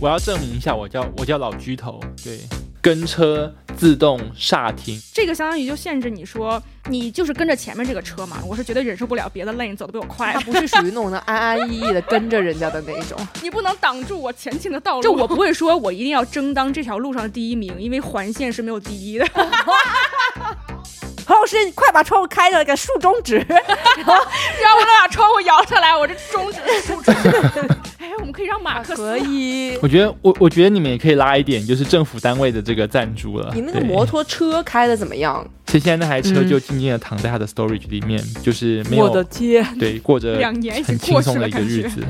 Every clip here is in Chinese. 我要证明一下，我叫我叫老居头，对，跟车自动刹停，这个相当于就限制你说，你就是跟着前面这个车嘛，我是绝对忍受不了别的 lane 走的比我快他的，不是属于那种能安安逸逸的跟着人家的那 一种。 你不能挡住我前进的道路。就我不会说我一定要争当这条路上的第一名，因为环线是没有第一 的。何老师，你快把窗户开着，给竖中指。然后我把窗户摇下来，我这中指竖出去。 哎，我们可以让马克思。以。我觉得我我觉得你们也可以拉一点，就是政府单位的这个赞助了。你那个对摩，托车开的怎么样？其实现在那台车嗯就静静的躺在它的 storage 里面，就是没有天，对过着两年已很经轻过去松了，的一个感日觉。子。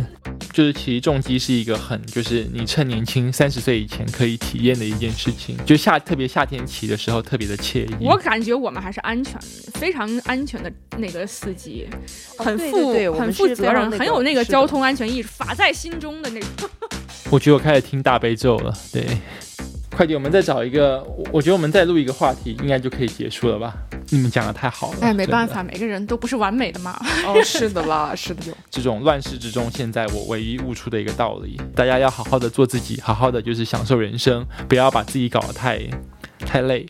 就是其实重机是一个很，就是你趁年轻三十岁以前可以体验的一件事情，就夏特别夏天骑的时候特别的惬意。我感觉我们还是安全的，非常安全的那个司机，哦很对对负、对我们很负是非责常任，那个很有那个是的交通安全意识，法在心中的那种。我觉得我开始听大悲咒了。对，快点，我们再找一个，我我觉得我们再录一个话题，应该就可以结束了吧？你们讲的太好了，哎，没真的办法，每个人都不是完美的嘛。哦，是的啦，是的。这种乱世之中，现在我唯一悟出的一个道理，大家要好好的做自己，好好的就是享受人生，不要把自己搞得太太累。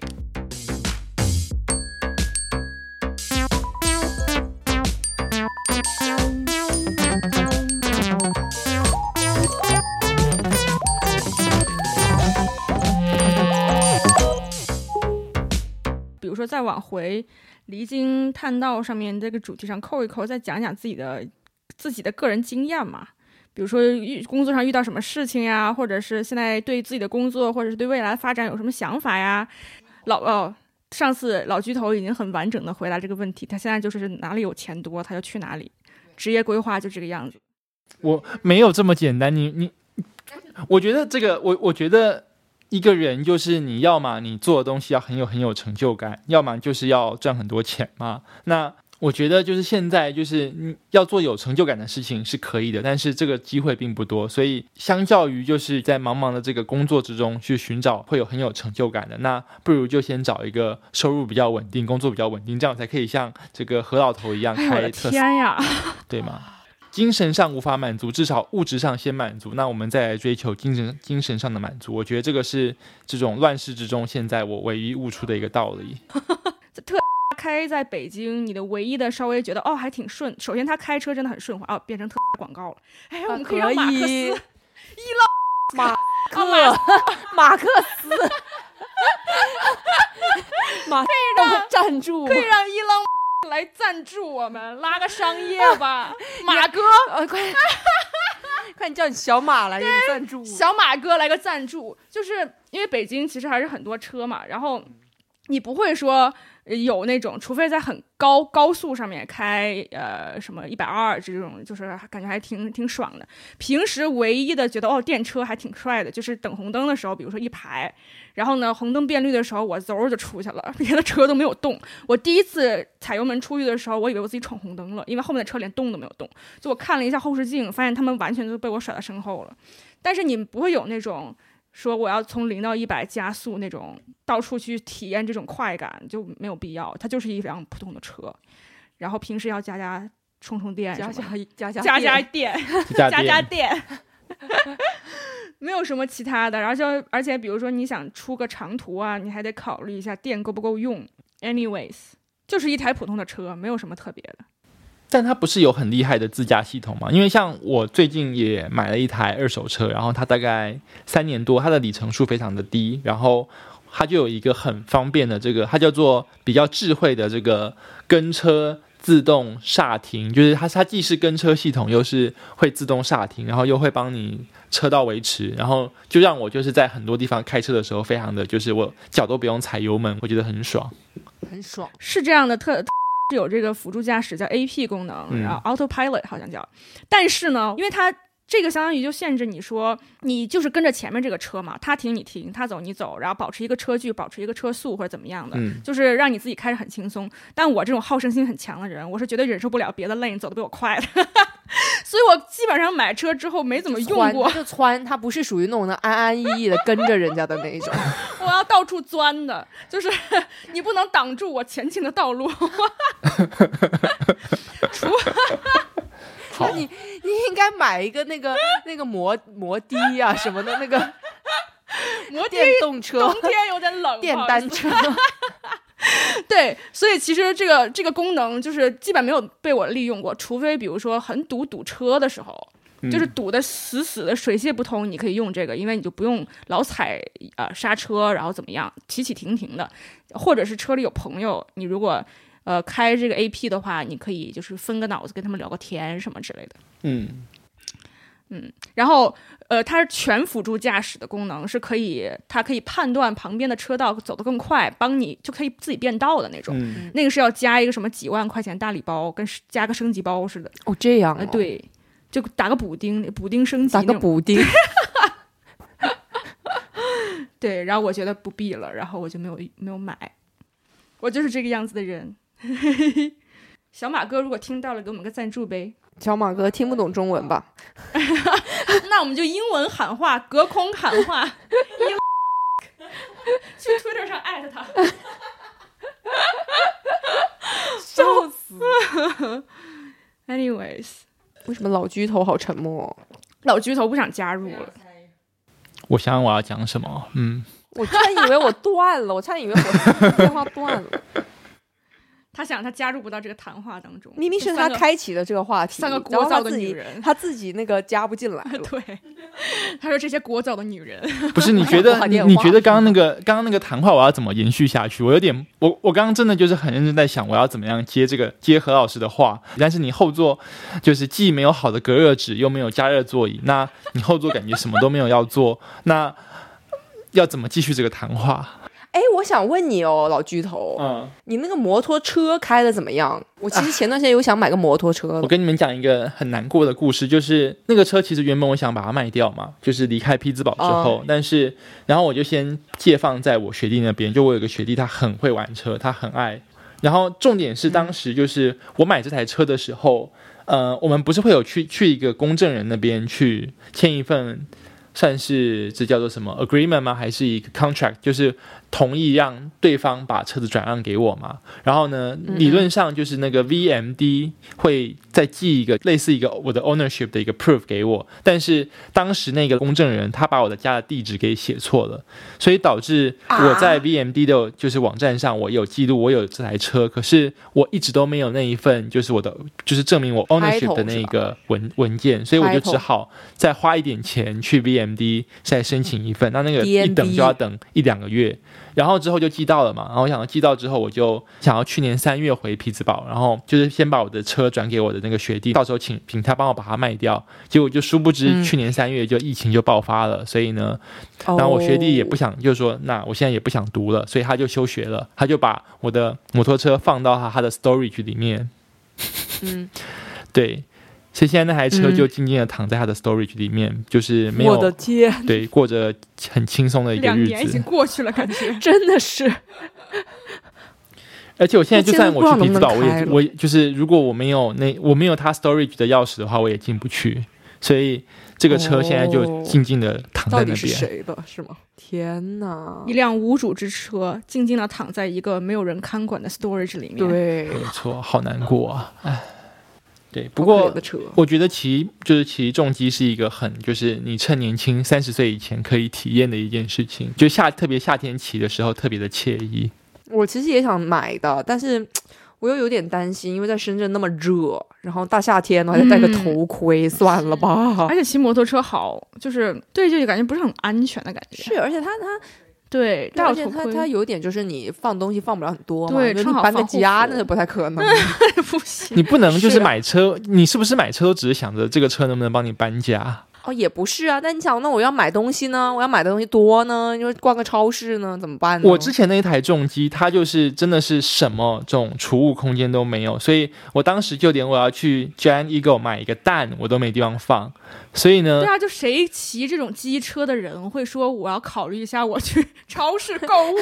比如说再往回离经叛道上面这个主题上扣一扣，再讲讲自己的自己的个人经验嘛。比如说遇工作上遇到什么事情呀，或者是现在对自己的工作或者是对未来发展有什么想法呀？老哦，上次老居头已经很完整的回答这个问题，他现在就是哪里有钱多他就去哪里，职业规划就这个样子。我没有这么简单，你你，我觉得这个，我我觉得一个人就是你要么你做的东西要很有很有成就感，要么就是要赚很多钱嘛。那我觉得就是现在就是你要做有成就感的事情是可以的，但是这个机会并不多，所以相较于就是在茫茫的这个工作之中去寻找会有很有成就感的，那不如就先找一个收入比较稳定、工作比较稳定，这样才可以像这个何老头一样哎，我开的特斯拉。天呀！对吗？精神上无法满足，至少物质上先满足，那我们再来追求精神精神上的满足。我觉得这个是这种乱世之中，现在我唯一悟出的一个道理。开在北京，你的唯一的稍微觉得哦还挺顺。首先他开车真的很顺滑哦，变成特广告了。哎，我们可以让马克思啊以一 马克克马克 思，马站住！可以让伊朗来赞助我们，拉个商业吧，马哥，呃，快 快，你叫你小马来给你赞助。小马哥来个赞助。就是因为北京其实还是很多车嘛，然后你不会说呃有那种，除非在很高高速上面开，呃，什么一百二这种，就是还感觉还挺挺爽的。平时唯一的觉得哦，电车还挺帅的，就是等红灯的时候，比如说一排，然后呢红灯变绿的时候，我嗖儿就出去了， 别的车都没有动。我第一次踩油门出去的时候，我以为我自己闯红灯了，因为后面的车连动都没有动。就我看了一下后视镜，发现他们完全都被我甩到身后了。但是你们不会有那种说我要从零到一百加速那种到处去体验这种快感，就没有必要。它就是一辆普通的车，然后平时要加加充充电什加么的，加哎加加加加电电。家 加加店店，没有什么其他的。然后就而且比如说你想出个长途啊，你还得考虑一下电够不够用。Anyways，就是一台普通的车，没有什么特别的。但它不是有很厉害的自驾系统吗？因为像我最近也买了一台二手车，然后它大概三年多，它的里程数非常的低，然后它就有一个很方便的这个，它叫做比较智慧的这个跟车自动刹停，就是它它既是跟车系统，又是会自动刹停，然后又会帮你车道维持，然后就让我就是在很多地方开车的时候，非常的就是我脚都不用踩油门，我觉得很爽。很爽。是这样的特。是有这个辅助驾驶叫 AP 功能，嗯然后 Autopilot 好像叫，但是呢，因为它这个相当于就限制你说你就是跟着前面这个车嘛，他停你停，他走你走，然后保持一个车距，保持一个车速或者怎么样的，嗯，就是让你自己开着很轻松。但我这种好胜心很强的人，我是绝对忍受不了别的 lane 走得比我快的， 所以我基本上买车之后没怎么用窜过，就窜，它不是属于那种能安安逸逸的跟着人家的 那一种。我要到处钻的，就是 你不能挡 住我前进的道路。除好，你你应该买一个那个那个摩摩的呀、什么的 那个摩天电动车冬、天有点冷，电不好意单思 车。对，所以其实这个这个功能就是基本没有被我利用过，除非比如说很堵堵车的时候，就是嗯堵得死死的，水泄不通，你可以用这个，因为你就不用老踩呃刹车，然后怎么样起起停停的，或者是车里有朋友，你如果呃开这个 A P 的话，你可以就是分个脑子跟他们聊个天什么之类的。嗯然后呃，它是全辅助驾驶的功能，是可以它可以判断旁边的车道走得更快，帮你就可以自己变道的那种。嗯那个是要加一个什么几万块钱大礼包，跟是加个升级包似的。哦，这样啊、对，就打个补丁，补丁升级打那个种。补丁。 对，然后我觉得不必了，然后我就没有没有买。我就是这个样子的人。 小马哥，如果听到了，给我们个赞助呗。小马哥听不懂中文吧？那我们就英文喊话，隔空喊话，英 去 Twitter 上艾特他。笑死！ Anyways，为什么老居头好沉默哦？老巨头不想加入了。我想想我要讲什么，嗯，我差点以为我断了，我差点以为我电话断了。他想他加入不到这个谈话当中， 明明是这他三个开启的这个话题，三个然聒后他噪的自女己 人。他自己那个加 不进来了。对，他说这些聒噪的女人，不是？你觉 我得打你电话你觉得刚刚那个刚刚那个谈话我要怎么延续下去？我有点我我刚刚真的就是很认真在想我要怎么样接这个接何老师的话，但是你后座就是既没有好的隔热纸，又没有加热座椅，那你后座感觉什么都没有要做，那要怎么继续这个谈话？哎，我想问你哦，老居头，嗯，你那个摩托车开的怎么样？我其实前段时间有想买个摩托车我 的，跟你们讲一个很难过的故事，就是那个车其实原本我想把它卖掉嘛，就是离开匹兹堡之后，但是然后我就先借放在我学弟那边，就我有个学弟他很会玩车，他很爱。然后重点是当时就是我买这台车的时候，呃，我们不是会有去去一个公证人那边去签一份。算是这叫做什么 agreement 吗？还是一个 contract？就是同意让对方把车子转让给我嘛？然后呢，理论上就是那个 VMD 会再寄一个类似一个我的 ownership 的一个 proof 给我，但是当时那个公证人他把我的家的地址给写错了，所以导致我在 VMD 的就是网站上我有记录我有这台车，可是我一直都没有那一份就是我的就是证明我 ownership 的那个文文件，所以我就只好再花一点钱去 VMD 再申请一份，那那个一 DNB 等就要等一两个月，然后之后就寄到了嘛。然后我想要寄到之后，我就想要去年三月回匹兹堡，然后就是先把我的车转给我的那个学弟，到时候请请他帮我把它卖掉。结果就殊不知嗯去年三月就疫情就爆发了，所以呢，然后我学弟也哦 不想，就说那我现在也不想读了，所以他就休学了，他就把我的摩托车放到他他的 storage 里面。嗯，对，所以现在那台车嗯就静静的躺在他的 storage 里面，就是没我的有天，对过着很轻松的一个两日年已经子。过去了，感 觉真的是而且我现在就算我去匹兹堡，那我现在也不知道能不能开了我就是如果我没有那我没有他 storage 的钥匙的话，我也进不去。所以这个车现在就哦静静的躺在到那底边。是谁的？是 吗？天哪一！辆无主之车静静的躺在一个没有人看管的 storage 里面。，对，没错，好难过啊！唉，对，不好可过怜的车，我觉得骑就是骑重机是一个很就是你趁年轻三十岁以前可以体验的一件事情，就夏特别夏天骑的时候特别的惬意。我其实也想买的，但是我又有点担心，因为在深圳那么热，然后大夏天的还得戴个头盔，算了吧而。且骑摩托车好，就是对，就感觉不是很安全的感觉。是，而且它它，对，戴而好且头它它盔有一点就是你放东西放不了很多嘛，对因为你穿好搬个防护家服那是不太可能。 不行。你不能就是是啊买车，你是不是买车都只是想着这个车能不能帮你搬家？哦，也不是啊，但你想，那我要买东西呢，我要买的东西多呢，你说逛个超市呢，怎么办呢？我之前那一台重机，它就是真的是什么这种储物空间都没有，所以我当时就连我要去 Giant Eagle 买一个蛋我都没地方放，所以呢对，啊，就谁骑这种机车的人会说我要考虑一下，我 去超市购物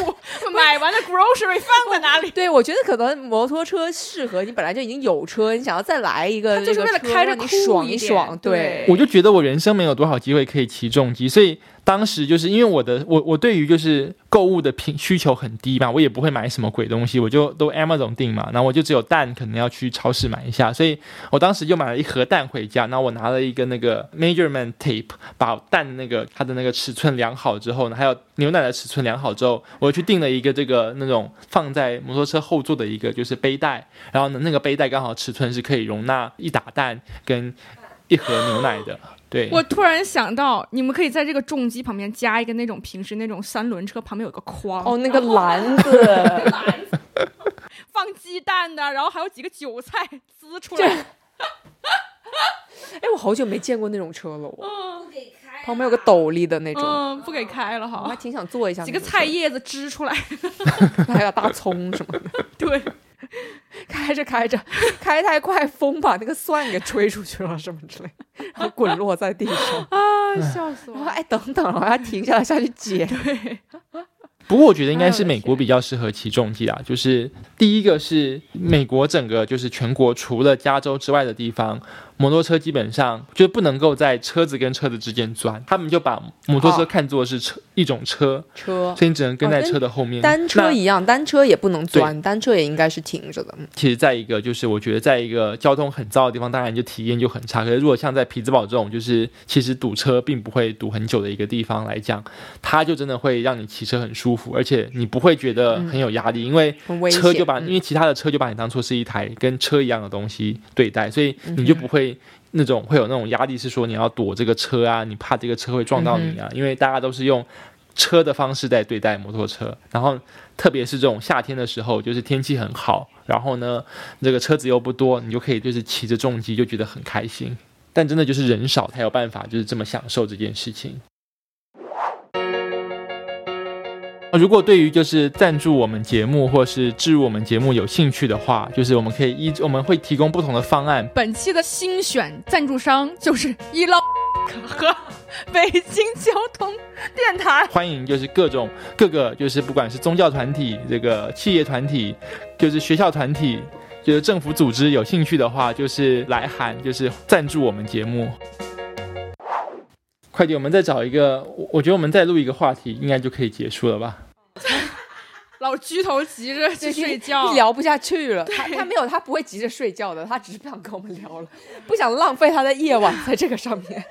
买完的 grocery 放在哪里？对，我觉得可能摩托车适合你，本来就已经有车，你想要再来一个，他就是为了开着你酷爽一一点爽。对我就觉得我人生没有多少机会可以骑重机，所以当时就是因为我的我我对于就是购物的品需求很低嘛，我也不会买什么鬼东西，我就都 Amazon 订嘛，然后我就只有蛋可能要去超市买一下，所以我当时就买了一盒蛋回家，然后我拿了一个那个 measurement tape，把蛋那个它的那个尺寸量好之后呢，还有牛奶的尺寸量好之后，我又去订了一个这个那种放在摩托车后座的一个就是背带，然后呢那个背带刚好尺寸是可以容纳一打蛋跟一盒牛奶的。对，我突然想到，你们可以在这个重机旁边加一个那种平时那种三轮车旁边有个筐，哦，那个篮 子，放鸡蛋的，然后还有几个韭菜滋出来，哎，我好久没见过那种车了，我嗯旁边有个斗笠的那种，嗯，不给开了我还哈，挺想坐一下那几种车。个菜叶子支出来， 还有大葱什么的。对，开着开着，开太快，风把那个蒜给吹出去了，什么之类，然后滚落在地 上。啊，笑死然我后了。哎，等等，我要停下来下去捡。不过我觉得应该是美国比较适合骑重机啊，就是第一个是美国整个就是全国除了加州之外的地方，摩托车基本上就不能够在车子跟车子之间钻，他们就把摩托车哦看作是车、一种车，车所以你只能跟哦在跟车的后面。单车那一样，单车也不能钻，单车也应该是停着的。嗯其实，在一个就是我觉得，在一个交通很糟的地方，当然就体验就很差。可是，如果像在匹兹堡这种，就是其实堵车并不会堵很久的一个地方来讲，它就真的会让你骑车很舒服，而且你不会觉得很有压力，因为很嗯危险。车就把，因嗯为其他的车就把你当做是一台跟车一样的东西对待，所以你就不嗯会那种会有那种压力，是说你要躲这个车啊，你怕这个车会撞到你啊，因为大家都是用车的方式在对待摩托车，然后特别是这种夏天的时候，就是天气很好，然后呢这个车子又不多，你就可以就是骑着重机就觉得很开心，但真的就是人少才有办法就是这么享受这件事情。如果对于就是赞助我们节目或是置入我们节目有兴趣的话，就是我们可以依我们会提供不同的方案，本期的新选赞助商就是一捞 和北京交通电台。欢迎就是各种各个就是不管是宗教团体、这个企业团体，就是学校团体，就是政府组织有兴趣的话，就是来喊就是赞助我们节目。快点，我们再找一个，我我觉得我们再录一个话题，应该就可以结束了吧？老居头急着去睡觉一，聊不下 去了。他他没有，他不会急着睡觉的，他只是不想跟我们聊了，不想浪费他的夜晚在这个上 面。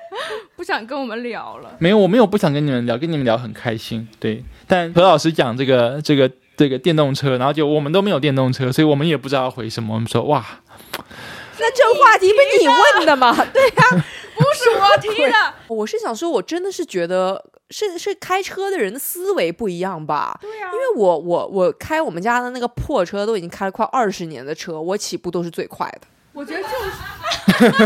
不想跟我们聊 了。没有，我没有不想跟你们聊，跟你们聊很开心。对，但何老师讲这个这个这个电动车，然后就我们都没有电动车，所以我们也不知道回什么。我们说哇，那这个话题被你问的嘛？ 对呀、不是 我提的，我是想说，我真的是觉得是是开车的人的思维不一样吧。对啊呀、因为我我我开我们家的那个破车都已经开了快二十年的车，我起步都是最快的。我觉得就是，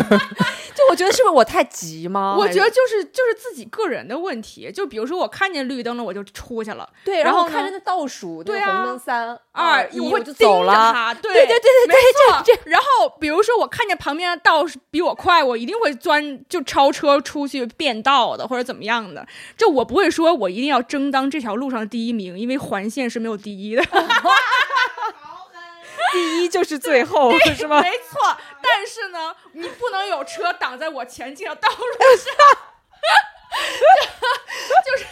就我觉得是不是我太急吗？我觉哦还得是就是就是自己个人的问题。就比如说，我看见绿灯了，我就出去了，对，然然后后呢看着那倒数，对那个啊红灯三二哦一，会我就盯走着 了。它。对对对对没对错。然后比如说，我看见旁边的道是比我快，我一定会钻就超车出去变道的，或者怎么样的。这我不会说我一定要争当这条路上的第一名，因为环线是没有第一的。第一就是最 后，是 吗？没错，但是呢，你不能有车挡在我前进的道路 上，就是，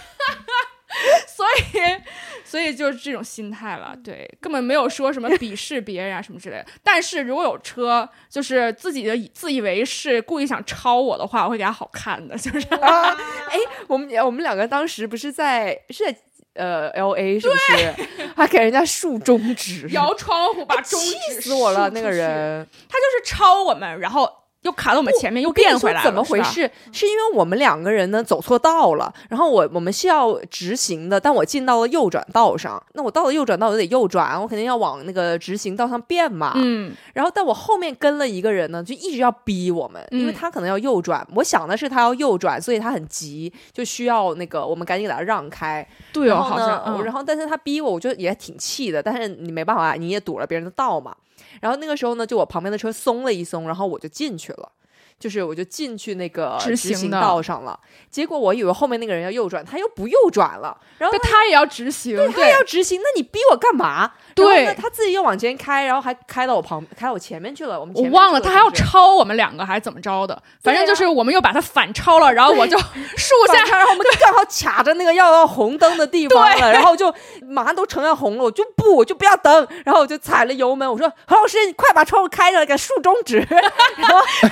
所以，所以就是这种心态了。对，根本没有说什么鄙视别人啊什么之类的。但是如果有车，就是自己的以自以为是，故意想超我的话，我会给他好看的， 就是。啊，哎，我们我们两个当时不是在是在呃 L A 是不是？ 还给人家竖中指，摇窗户把中哎气指死我了！竖那出个去，人他就是超我们，然后又卡到我们前面，又我跟你变说回来了，怎么回是吧？事？是因为我们两个人呢走错道了，然后我我们是要直行的，但我进到了右转道上。那我到了右转道，我得右转，我肯定要往那个直行道上变嘛。嗯，然后，但我后面跟了一个人呢，就一直要逼我们，因为嗯他可能要右转。我想的是他要右转，所以他很急，就需要那个我们赶紧给他让开。对哦，然后好像呢，，我嗯然后但是他逼我，我就也挺气的，但是你没办法，你也堵了别人的道嘛。然后那个时候呢，就我旁边的车松了一松，然后我就进去了。就是我就进去那个直行行的道上了。结果我以为后面那个人要右转，他又不右转了，然后但他也要执行，哦他对要直行，那你逼我干嘛？对然后呢他自己又往前开，然后还开到我旁，开到我前面去了。我们前我面忘了坐的他还要是啊超我们两个还是怎么着的，反正就是我们又把他反超了，然后我就 树反下差，然后我们正好卡着那个要到红灯的地 方了，然后就马上都呈要红了，我就不，我就不要等，然后我就踩了油门，我说何老师，你快把窗户开着，给竖中 指，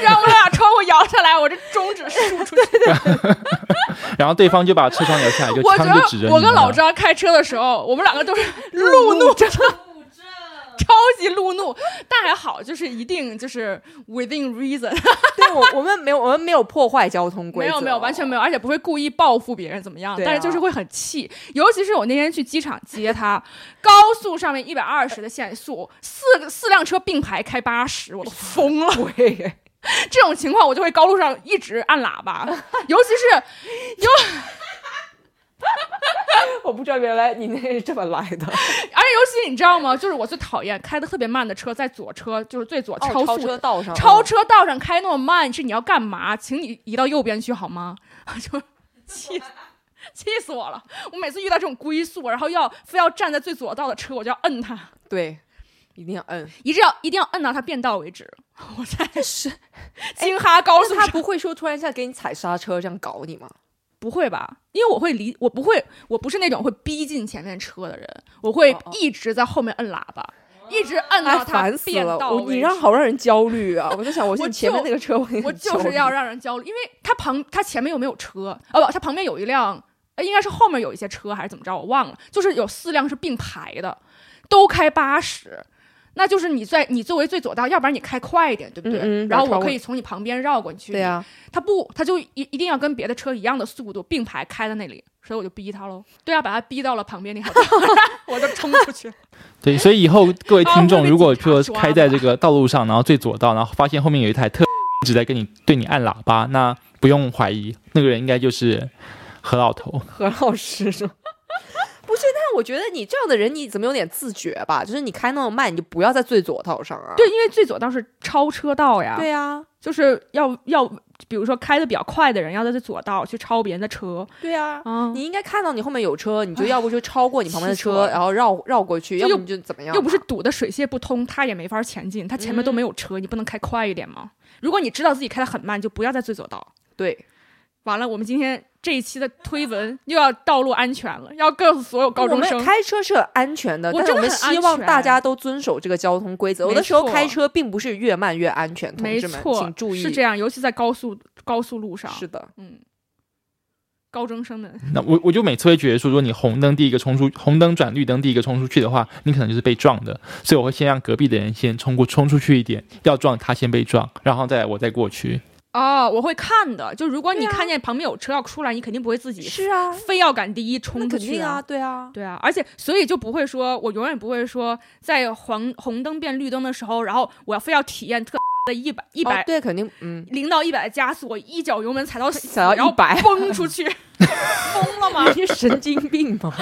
让我俩窗户摇下来，我这中指竖出去。然后对方就把车窗摇下来，就我 觉枪就指着得你我跟老了张开车的时 候，我们两个都是路怒症， 超级路怒，但还好，就是一定就是 within reason，对我我们没有我们没有破坏交通规没则，有没有完全没有，而且不会故意报复别人怎么样，对啊但是就是会很气。尤其是我那天去机场接 他，高速上面一百二十的限速，四个四辆车并排开八十，我都疯了。对。这种情况我就会高路上一直按喇叭， 尤其是我不知道原来你那是这么来 的，而且尤其你知道吗？就是我最讨厌开的特别慢的车，在左车就是最哦左超速的、道上超车道上开那么慢，是你要干嘛？请你移到右边去好吗？ 就气死气死我了！我每次遇到这种龟速，然后要非要站在最左道的车，我就要摁它，对，一定要摁。一定要一定要摁到它变道为止， 我哎才 是京哈高速但他上。不会说突然一下给你踩刹车这样搞你吗？不会吧？因为我会离，我不会，我不是那种会逼近前面车的人，我会哦哦一直在后面摁喇叭，一直摁哎到，它烦死变了！道我为你让止好让人焦虑啊！我在想，我我现在前面就那个车，我 我我就是要让人焦虑，因为他旁他前面又没有车，哦不，他旁边有一辆，呃应该是后面有一些车还是怎么着，我忘了，就是有四辆是并排的，都开八十。那就是你在你作为最左道，要不然你开快一点，对不对？嗯嗯然后然我后超可过以从你旁边绕过去。对啊，他不，他就一一定要跟别的车一样的速度并排开在那里，所以我就逼他喽。对啊，把他逼到了旁边那条 道，我就冲出去。对，所以以后各位啊听我众，被如果警察说抓开了在这个道路上，然后最左道，然后发现后面有一台特一直在跟你对你按喇叭，那不用怀疑，那个人应该就是何老头。何老师说。 不是，但我觉得你这样的人，你怎么有点自觉吧？就是你开那么慢，你就不要在最左道上啊。对，因为最左道是超车道呀。对啊，就是要要，比如说开的比较快的人，要在这左道去超别人的车对啊，啊你应该看到你后面有车，你就要不就超过你旁边的气死我车，了然后绕绕过去，这要嗯又不你就怎么样嘛？又不是堵得水泄不通，他也没法前进，他前面都没有车，你不能开快一点吗？如果你知道自己开的很慢，就不要在最左道。对，完了，我们今天这一期的推文又要道路安全了，要告诉所有高我中们生，开车是很安全的，我但是真我的们很安希望全大家都遵守这个交通规则。有没的时候错开车并不是越慢越安全，同没志们错，请注意。是这样，尤其在高速高速路上，是的，嗯，高中生们，那我我就每次会觉得说，如果你红灯第一个冲出，红灯转绿灯第一个冲出去的话，你可能就是被撞的。所以我会先让隔壁的人先冲过冲出去一点，要撞他先被撞，然后再我再过去。哦，我会看的，就如果你对啊看见旁边有车要出来，你肯定不会自己是 啊，非要赶第一那冲出肯去定啊，。对啊，对啊，而且所以就不会说，我永远不会说，在黄红灯变绿灯的时候，然后我要非要体验特的一百一一百哦对肯定 嗯，零到一百的加速，我一脚油门踩到死，踩到然后 100崩出 去，疯了吗？ 你是神经病吗？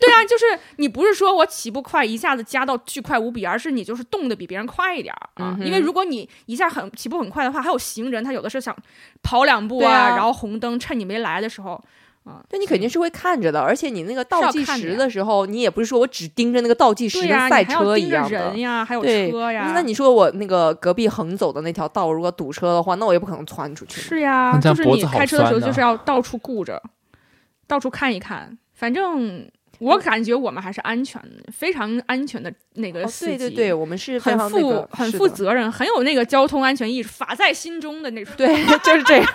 对啊，就是你不是说我起步快，一下子加到巨快无比，而是你就是动的比别人快一点儿啊。嗯哼因为如果你一下很起步很快的话，还有行人，他有的是想跑两步对啊然后红灯趁你没来的时候啊，对，你肯定是会看着的，而且你那个倒要计看时着呀的时候，你也不是说我只盯着那个倒计时对跟呀、赛你还要车一盯着样的人。呀，还有对，车呀，那你说我那个隔壁横走的那条道，如果堵车的话，那我也不可能窜出去嘛。是哦呀，那这就样是脖你子好开车的时候酸啊就呐是要到处顾着，到处看一看。反正我嗯感觉我们还是安全的，非常安全的那个哦，司机、对对对，我们是非很常负、那个很是负的责任，很有那个交通安全意识，法在心中的那种。 对，就是这样。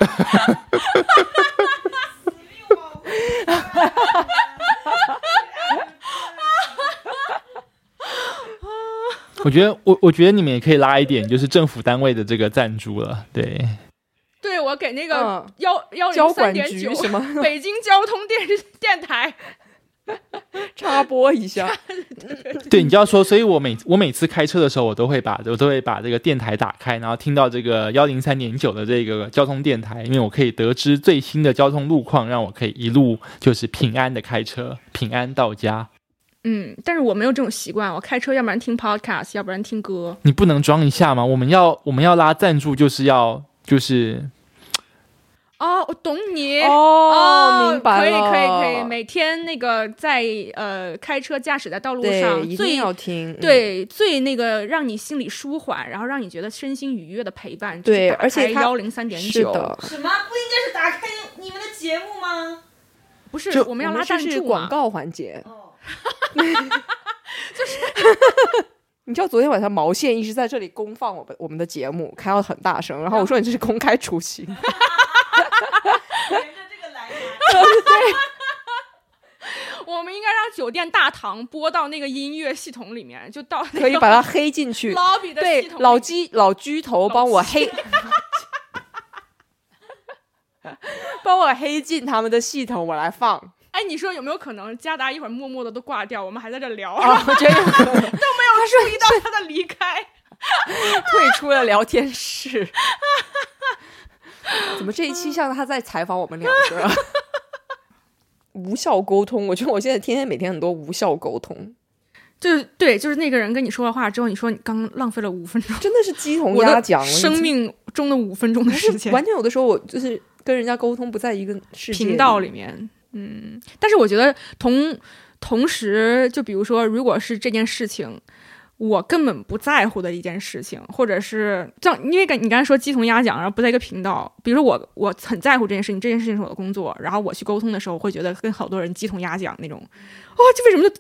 我觉得我我觉得你们也可以拉一点，就是政府单位的这个赞助了。对，对我给 那个嗯，幺幺交零三管点局九什么 北京交通电视电台，插播一下， 对，你就要说，所以我每我每次开车的时候，我都会把我都会把这个电台打开，然后听到这个幺零三点九的这个交通电台，因为我可以得知最新的交通路况，让我可以一路就是平安的开车，平安到家。嗯，但是我没有这种习惯，我开车要不然听 podcast，要不然听歌。你不能装一下吗？我们要我们要拉赞助，就是要就是哦，我懂你。哦，明白可以了，可以可以，每天那个在呃开车驾驶在道路上对，一定最要听，嗯。对最那个让你心里舒缓，然后让你觉得身心愉悦的陪伴，对而且它幺零三点是九，的，什么？不应该是打开你们的节目吗？不是就我们要拉啊这赞是助广嘛，告环节。哦，你知道昨天晚上毛线一直在这里公放我们我们的节目，开到很大声，然后我说你这是公开处刑，沿着这个来呀。我们应该让酒店大堂播到那个音乐系统里面，就到那 可以个把它黑进去。 lobby 的对系，统里老鸡老居头帮我黑，帮我黑进他们的系统，我来放。哎，你说有没有可能加达一会儿默默的都挂掉，我们还在这聊， 啊，我觉得有 可能没有注意到他的离开。 退出了聊天室。怎么这一期像他在采访我们两个？啊 无效沟通，我觉得我现在天天每天很多无效沟通，就是对，就是那个人跟你说完话之后，你说你刚浪费了五分钟，真的是鸡同我鸭的讲。生命中的五分钟的时是间完全有的时候我就是跟人家沟通不在一个世界频道里面。嗯，但是我觉得同同时，就比如说，如果是这件事情。我根本不在乎的一件事情，或者是像因为跟你刚才说鸡同鸭讲，然后不在一个频道。比如说我我很在乎这件事情，这件事情是我的工作，然后我去沟通的时候，我会觉得跟好多人鸡同鸭讲那种，哦，这为什么就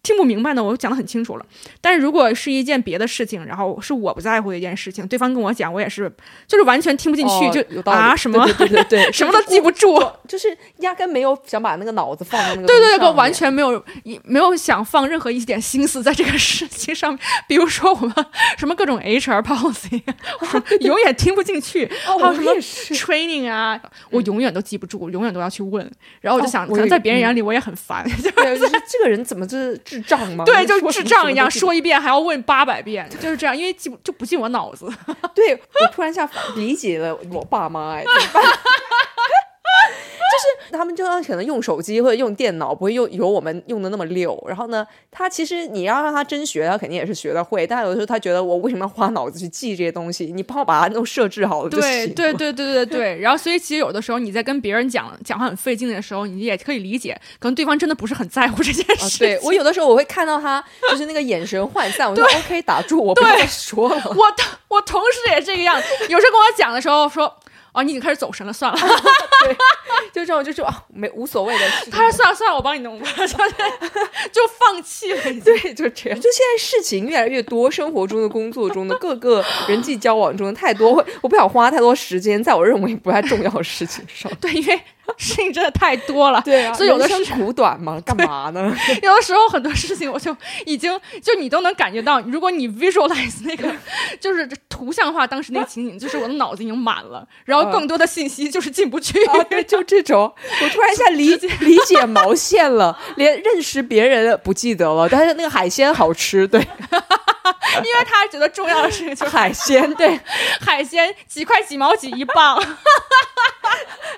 听不明白呢？我讲的很清楚了。但是如果是一件别的事情，然后是我不在乎的一件事情，对方跟我讲，我也是就是完全听不进去，哦就有道理啊什么对对对 对对什么都记不住。就是压根没有想把那个脑子放到那个对东西对对，上我完面全没有一没有想放任何一点心思在这个事情上面，比如说我们什么各种 HR policy，我 永远听不进去哦，还有我什么也是 training 啊，我永远都记不住，我永远都要去问，然后我就哦想，我可能有在别人眼里我也很烦，就对，就是这个人怎么这是智障 吗？对，说就什智么障一样，什么说一遍还要问八百遍，就是这样，因为记不就不进我脑 子。都对我突然一下理解了我爸妈哎，怎么办？ 就是他们就要可能用手机或者用电脑，不会用有我们用的那么溜。然后呢，他其实你要让他真学，他肯定也是学得会。但有的时候他觉得我为什么要花脑子去记这些东西？你帮我把它都设置好了就对行。对对对对 对。然后，所以其实有的时候你在跟别人讲讲话很费劲的时候，你也可以理解，可能对方真的不是很在乎这件事啊，情。 对我有的时候我会看到他就是那个眼神涣散，我说 OK 打住，我不要再说了。 我同我同事也这个样，有时候跟我讲的时候说。哦，你已经开始走神了，算了。 就这种就是啊，没无所谓的事情。他说算了算了，我帮你弄吧， 就就放弃了。已经。对，就这样。就现在事情越来越多，生活中的、工作中的、各个人际交往中的太多，会我不想花太多时间在我认为不太重要的事情上对，因为事情真的太多了， 对啊，所以有的时人生苦短嘛，干嘛呢？有的时候很多事情我就已经就你都能感觉到，如果你 visualize 那个就是图像化当时那个情景，就是我的脑子已经满了，然嗯后更多的信息就是进不去。 啊，对， 就这种，我突然一下理理解毛线了，连认识别人不记得了，但是那个海鲜好吃，对， 因为他觉得重要的事情就是海鲜，对，海鲜几块几毛几一 磅，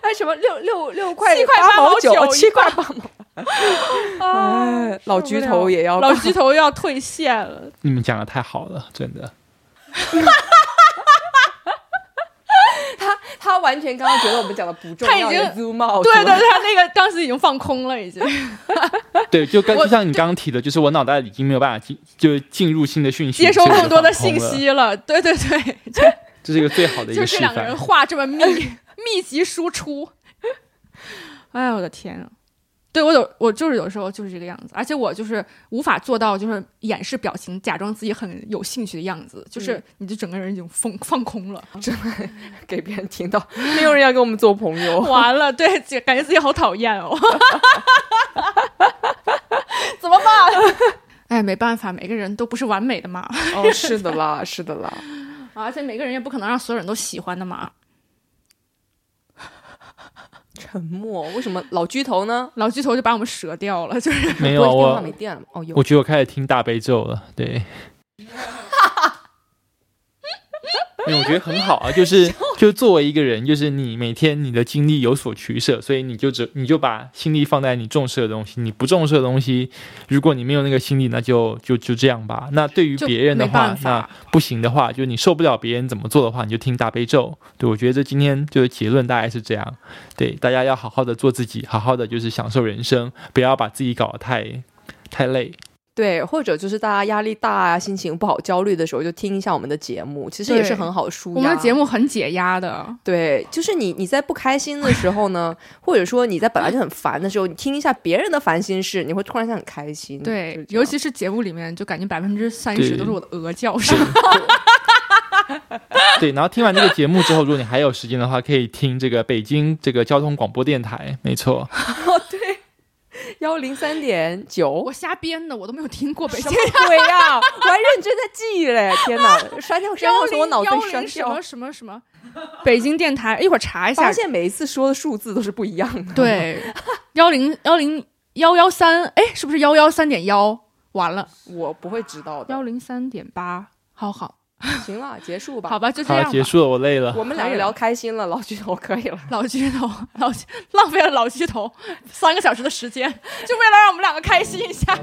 还哎什么六六六块七块八八毛九九，七一块八毛， 哎，老受不菊了头也要老菊头要退线了。你们讲的太好了，真 的。 他完全刚刚觉得我们讲的不重他已要，经 zoom 哦 out，对对，了对他那个当时已经放空 了，已经。对，就刚我就像你刚刚提的，就是我脑袋已经没有办法进，就进入新的讯息，接收所以更多的放空信了，息了。对对对，这是一个最好的一就个示是这两个人范。话这么密密集输出。 哎呀，我的天啊！对我有我就是有时候就是这个样子，而且我就是无法做到就是掩饰表情，假装自己很有兴趣的样子，就是嗯你就整个人已经放放空 了，给别人听到， 没有人要跟我们做朋友。完了，对，就感觉自己好讨厌哦。 怎么办？哎，没办 法，每个人都不是完美的嘛，哦，是的啦，是的啦。而且每个人也不可能让所有人都喜欢的嘛。 沉默，为什么老居头呢？老巨头就把我们折掉了，就是没有啊不是电话我没，电了吗？哦，有我觉得我开始听大悲咒了， 对。因为我觉得很好啊，就是就作为一个人，就是你每天你的精力有所取舍，所以你就只你就把心力放在你重视的东西，你不重视的东西，如果你没有那个心力，那就就就这样吧。那对于就别人的没话办，法那不行的话，就你受不了别人怎么做的话，你就听大悲咒。对我觉得这今天就是结论大概是这样。对，大家要好好的做自己，好好的就是享受人生，不要把自己搞得太太累。对，或者就是大家压力大啊，心情不好、焦虑的时候，就听一下我们的节目，其实也是对很好舒压。我们的节目很解压的，对，就是你你在不开心的时候呢，或者说你在本来就很烦的时候，你听一下别人的烦心事，你会突然间很开心。就是对，这样尤其是节目里面，就感觉百分之三对十都是我的鹅叫声。 对，然后听完这个节目之后，如果你还有时间的话，可以听这个北京这个交通广播电台，没错。幺零三点九我，瞎编的，我都没有听过北什京么鬼啊呀、我还认真在记嘞！天哪，删掉删掉，从我脑子里删101什么掉。什么什么，北京电台，一会儿查一下发。现每一次说的数字都是不一样的。，对，幺零幺零幺幺三，哎，是不是幺幺三点幺？完了，我不会知道幺的。零三点八，好好行了，结束吧。好吧，就这好，样吧。结束了，我累了。我们两个聊开心了，老徐头可以了。 老巨头，老巨浪费了老巨头三个小时的时间，就为了让我们两个开心一下。